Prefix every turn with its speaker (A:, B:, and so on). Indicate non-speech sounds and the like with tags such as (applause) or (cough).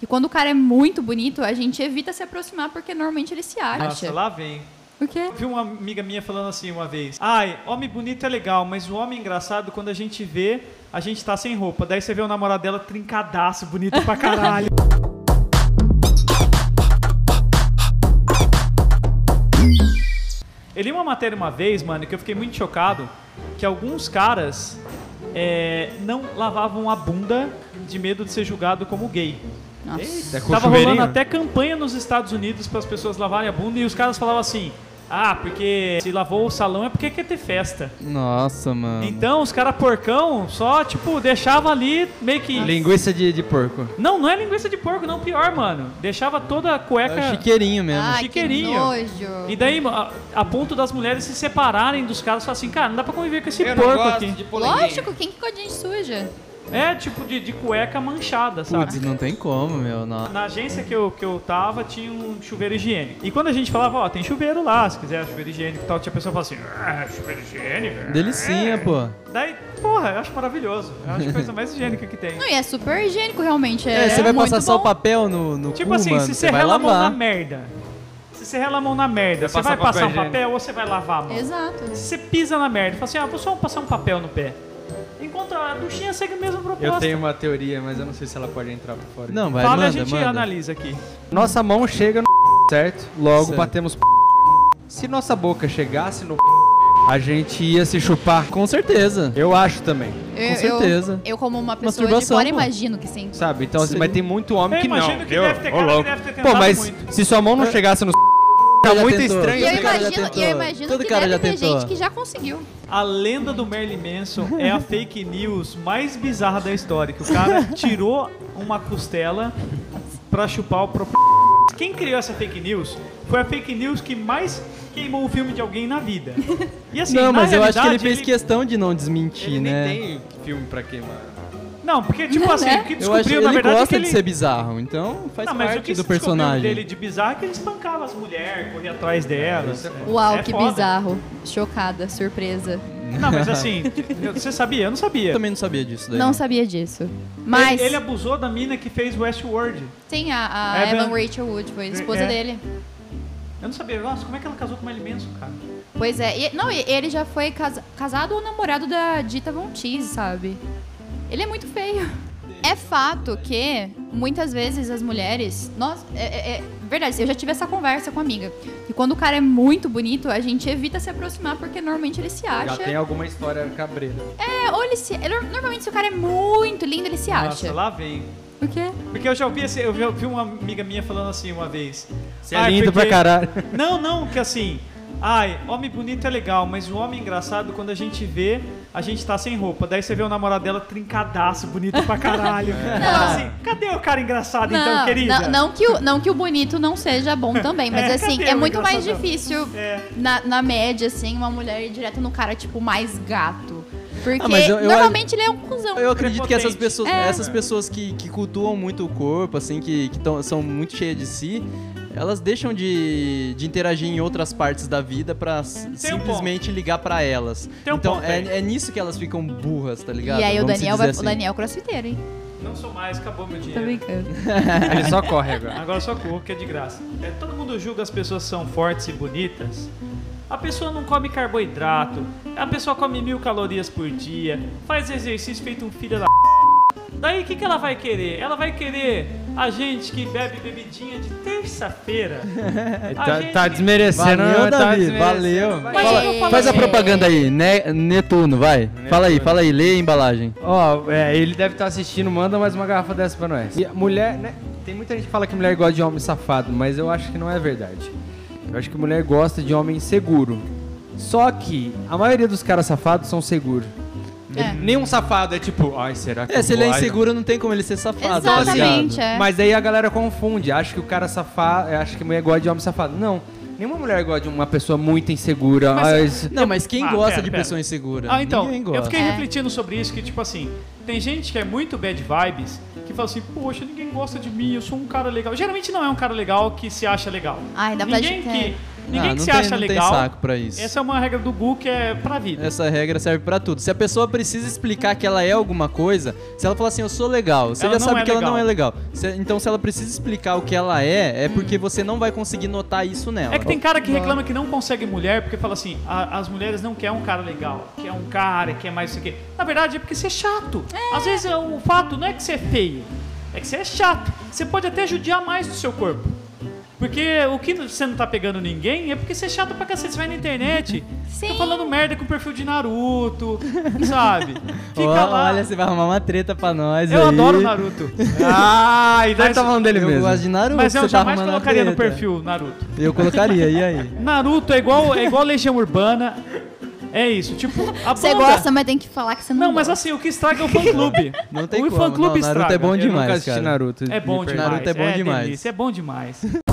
A: E quando o cara é muito bonito, a gente evita se aproximar porque normalmente ele se acha.
B: Nossa, lá vem.
A: O quê?
B: Vi uma amiga minha falando assim uma vez: Ai, homem bonito é legal, mas o homem engraçado, quando a gente vê, a gente tá sem roupa. Daí você vê o namorado dela trincadaço, bonito pra caralho. Eu li uma matéria uma vez, mano, que eu fiquei muito chocado, que alguns caras é, não lavavam a bunda de medo de ser julgado como gay.
A: Nossa.
C: É com
B: Tava
C: chuveirinho?
B: rolando até campanha nos Estados Unidos para as pessoas lavarem a bunda e os caras falavam assim: "Ah, porque se lavou o salão é porque quer ter festa".
C: Nossa, mano.
B: Então os caras porcão só tipo deixava ali meio que
C: Linguiça de, de porco.
B: Não, não é linguiça de porco, não, pior, mano. Deixava toda a cueca
C: É chiqueirinho mesmo.
A: Ah,
B: chiqueirinho.
A: que nojo.
B: E daí, a, a ponto das mulheres se separarem dos caras, falar assim, cara, não dá pra conviver com esse
D: Eu não
B: porco
D: gosto
B: aqui.
D: de polenguinha.
A: Lógico, quem que gosta de gente suja?
B: É, tipo, de, de cueca manchada, sabe?
C: Putz, não tem como, meu. Não.
B: Na agência que eu, que eu tava, tinha um chuveiro higiênico. E quando a gente falava, ó, tem chuveiro lá, se quiser chuveiro higiênico e tal, tinha pessoa que falava assim, ah, chuveiro higiênico. É.
C: Delicinha, pô.
B: Daí, porra, eu acho maravilhoso. Eu acho a coisa mais higiênica que tem.
A: Não, e é super higiênico, realmente. É,
C: É, você vai
A: muito
C: passar só o
A: bom.
C: papel no, no
B: Tipo
C: cu,
B: assim,
C: Uh, mano,
B: se
C: você
B: você
C: vai
B: rela a mão na
C: lavar.
B: merda, se você rela a mão na merda, você
D: passar
B: vai passar
D: papel
B: um
D: higiênico.
B: papel ou você vai lavar a mão?
A: Exato.
B: Se você pisa na merda, fala assim, ah, vou só passar um papel no pé. Enquanto a duchinha segue a mesma proposta.
D: Eu tenho uma teoria, mas eu não sei se ela pode entrar por fora.
C: Não, vai,
B: Fala
C: manda,
B: e a gente
C: manda.
B: analisa aqui.
D: Nossa mão chega no (laughs) certo? Logo
C: Certo.
D: batemos (laughs) p***. Se nossa boca chegasse no (laughs) p***, a gente ia se chupar.
C: Com certeza.
D: Eu acho também,
A: Eu- eu-
C: certeza.
A: Eu, como uma pessoa de
C: Masturbação,
A: fora,
C: pô.
A: imagino que sim.
D: sabe? Então, assim,
C: Sim.
D: mas tem muito homem
B: Eu
D: que não.
B: imagino que
D: entendeu?
B: deve ter
D: Ô,
B: cara que
D: louco.
B: deve ter
D: Pô,
B: tentado
D: mas
B: muito.
D: se sua mão não chegasse no c...
C: Cara
D: É. (laughs) Tá
C: já
D: muito
C: tentou.
A: E
D: estranho.
A: eu
C: Todo cara já
A: imagino, e
C: tentou.
A: eu imagino
C: Todo
A: que
C: cara
A: deve
C: já
A: ter
C: tentou.
A: gente que já conseguiu.
B: A lenda do Merlin Manson
C: (laughs)
B: é a fake news mais bizarra da história. Que o cara tirou uma costela pra chupar o próprio. (laughs) Quem criou essa fake news foi a fake news que mais queimou o filme de alguém na vida. E assim,
C: Não,
B: na
C: mas eu acho que ele
B: realidade,
C: fez questão de não desmentir,
D: Ele
C: né?
D: nem tem filme pra queimar.
B: Não, porque
C: (laughs)
B: tipo assim, o que
C: Eu acho que
B: descobriu
C: ele
B: na verdade é
C: gosta
B: que ele...
C: de ser bizarro, então faz
B: não, mas o que
C: parte
B: se
C: do
B: descobriu
C: personagem.
B: dele de bizarro é que ele espancava as mulheres, corria atrás delas.
D: Isso é foda.
A: Uau,
B: É
A: que
B: foda.
A: bizarro. Chocada, surpresa.
B: Não,
C: (laughs)
B: mas assim, eu- você sabia? Eu não sabia.
C: Eu também não sabia disso daí. né?
A: Não sabia disso. Mas
B: Ele, ele abusou da mina que fez Westworld.
A: tem a, a
B: Evan-
A: Evan Rachel Wood, foi a esposa
B: É.
A: dele.
B: Eu não sabia. Nossa, como é que ela casou com o Merlin Manson, cara?
A: Pois é, e- não, e ele já foi casa- casado ou namorado da Dita Von Teese, sabe? Ele é muito feio. É fato que muitas vezes as mulheres. Nós, é, é- é verdade, eu já tive essa conversa com a amiga. Que quando o cara é muito bonito, a gente evita se aproximar porque normalmente ele se
D: Já
A: acha.
D: tem alguma história cabreira.
A: É, ou ele se. ele- normalmente se o cara é muito lindo, ele se
B: Nossa,
A: acha.
B: lá vem.
A: O quê?
B: Porque eu já ouvi, assim, eu vi- eu vi uma amiga minha falando assim uma vez.
D: Você é
B: Ai,
D: lindo
B: porque-
D: pra caralho.
B: (laughs) Não, não, que assim. Ai, homem bonito é legal, mas o homem engraçado, quando a gente vê, a gente tá sem roupa. Daí você vê o namorado dela trincadaço, bonito pra caralho.
A: (laughs)
B: Fala assim, cadê o cara engraçado então,
A: não,
B: querida?
A: não, não que o, não que o bonito não seja bom também, mas
B: (laughs) É,
A: assim,
B: cadê
A: é
B: o
A: muito mais
B: engraçadão?
A: difícil
B: É.
A: na, na média, assim, uma mulher ir direto no cara, tipo, mais gato. Porque
C: Ah, mas eu- eu
A: normalmente ele é um cuzão.
C: Eu acredito que essas
B: Prepotente.
C: pessoas,
A: É.
C: essas pessoas que, que cultuam muito o corpo, assim, que, que tão- são muito cheias de si, elas deixam de, de interagir em outras partes da vida pra s-
B: um
C: simplesmente ligar pra elas.
B: Tem um
C: então
B: ponto aí.
C: é, é nisso que elas ficam burras, tá ligado?
A: e aí o
C: Vamos se
A: Daniel,
C: dizer
A: vai,
C: assim.
A: o Daniel é crossfiteiro, hein?
B: Não sou mais, acabou meu
A: Tô
B: dinheiro.
A: brincando.
D: Ele só
B: (laughs)
D: corre agora.
B: Agora só com o que é de graça. É, todo mundo julga as pessoas são fortes e bonitas. A pessoa não come carboidrato, a pessoa come mil calorias por dia, faz exercício feito um filho da Daí o que, que ela vai querer? Ela vai querer a gente que bebe bebidinha de terça-feira. A
D: Tá,
B: gente
D: tá
B: que-
D: desmerecendo.
C: Valeu,
D: tá
C: Davi,
D: desmerecendo.
C: valeu.
D: Vai.
A: Mas
C: Fala-
A: eu falo
C: é faz a
A: assim-
C: propaganda aí, Ne- Netuno, vai. Fala aí, fala aí, lê a embalagem.
D: Ó, é, ele deve estar assistindo, manda mais uma garrafa dessa pra nós. E a mulher, né? Tem muita gente que fala que mulher gosta de homem safado, mas eu acho que não é verdade. Eu acho que mulher gosta de homem seguro. Só que a maioria dos caras safados são seguros.
A: É.
D: Nenhum safado é tipo, ai, será que.
C: É,
D: eu
C: se ele é
D: vou? Ai,
C: inseguro, não tem como ele ser safado, tá ligado?
A: Exatamente, é.
D: Mas daí a galera confunde, acha que o cara safado, acha que mulher gosta de homem safado. Não, nenhuma mulher gosta de uma pessoa muito insegura. Mas,
C: Não, mas quem
B: Ah,
C: gosta
B: pera,
C: de
B: pera.
C: pessoa insegura?
B: Ah, então,
C: Ninguém
B: eu
C: gosta.
B: fiquei
A: É.
B: refletindo sobre isso, que tipo assim, tem gente que é muito bad vibes, que fala assim, poxa, ninguém gosta de mim, eu sou um cara legal. Geralmente não é um cara legal que se acha legal.
A: Ai, dá vontade
B: ninguém
A: de-
B: que, Ninguém
C: Ah,
B: que
C: não
B: se
C: tem-
B: acha
C: não tem
B: legal.
C: saco pra isso.
B: Essa é uma regra do Gu que é pra vida.
C: Essa regra serve pra tudo. Se a pessoa precisa explicar que ela é alguma coisa, se ela falar assim, eu sou legal, você
B: Ela
C: já
B: não
C: sabe
B: é
C: que ela não é legal.
B: legal.
C: Se- então, se ela precisa explicar o que ela é, é porque você não vai conseguir notar isso nela.
B: É que tem cara que reclama que não consegue mulher porque fala assim: "A- as mulheres não querem um cara legal, quer um cara, quer mais isso aqui. Na verdade é porque você é chato. Às vezes é o fato não é que você é feio, é que você é chato. Você pode até judiar mais do seu corpo. Porque o que você não tá pegando ninguém é porque você é chato pra cacete. Você vai na internet,
A: Sim.
B: fica falando merda com o perfil de Naruto, sabe? Fica
C: Ó,
B: lá.
C: Olha, você vai arrumar uma treta pra nós
B: Eu
C: aí.
B: adoro Naruto.
D: Ah, e daí
B: Mas-
D: tá falando dele
C: eu
D: mesmo.
C: gosto de Naruto,
B: Mas eu
C: você tá
B: jamais
C: arrumando uma
B: colocaria no
C: treta.
B: perfil Naruto.
C: Eu colocaria, e aí?
B: Naruto é igual, é igual Legião Urbana. É isso, tipo, a
A: Você
B: banda-
A: gosta, mas tem que falar que você não
B: Não, mas
A: gosta.
B: assim, o que estraga é o fã-clube.
C: Não tem
B: o
C: como, não,
B: fã-clube
C: Naruto
B: estraga.
C: é bom
D: Eu nunca
C: demais,
D: assisti
C: cara.
D: Naruto.
B: É bom demais.
D: me perdoe.
C: Naruto é bom demais.
B: delícia, é bom demais.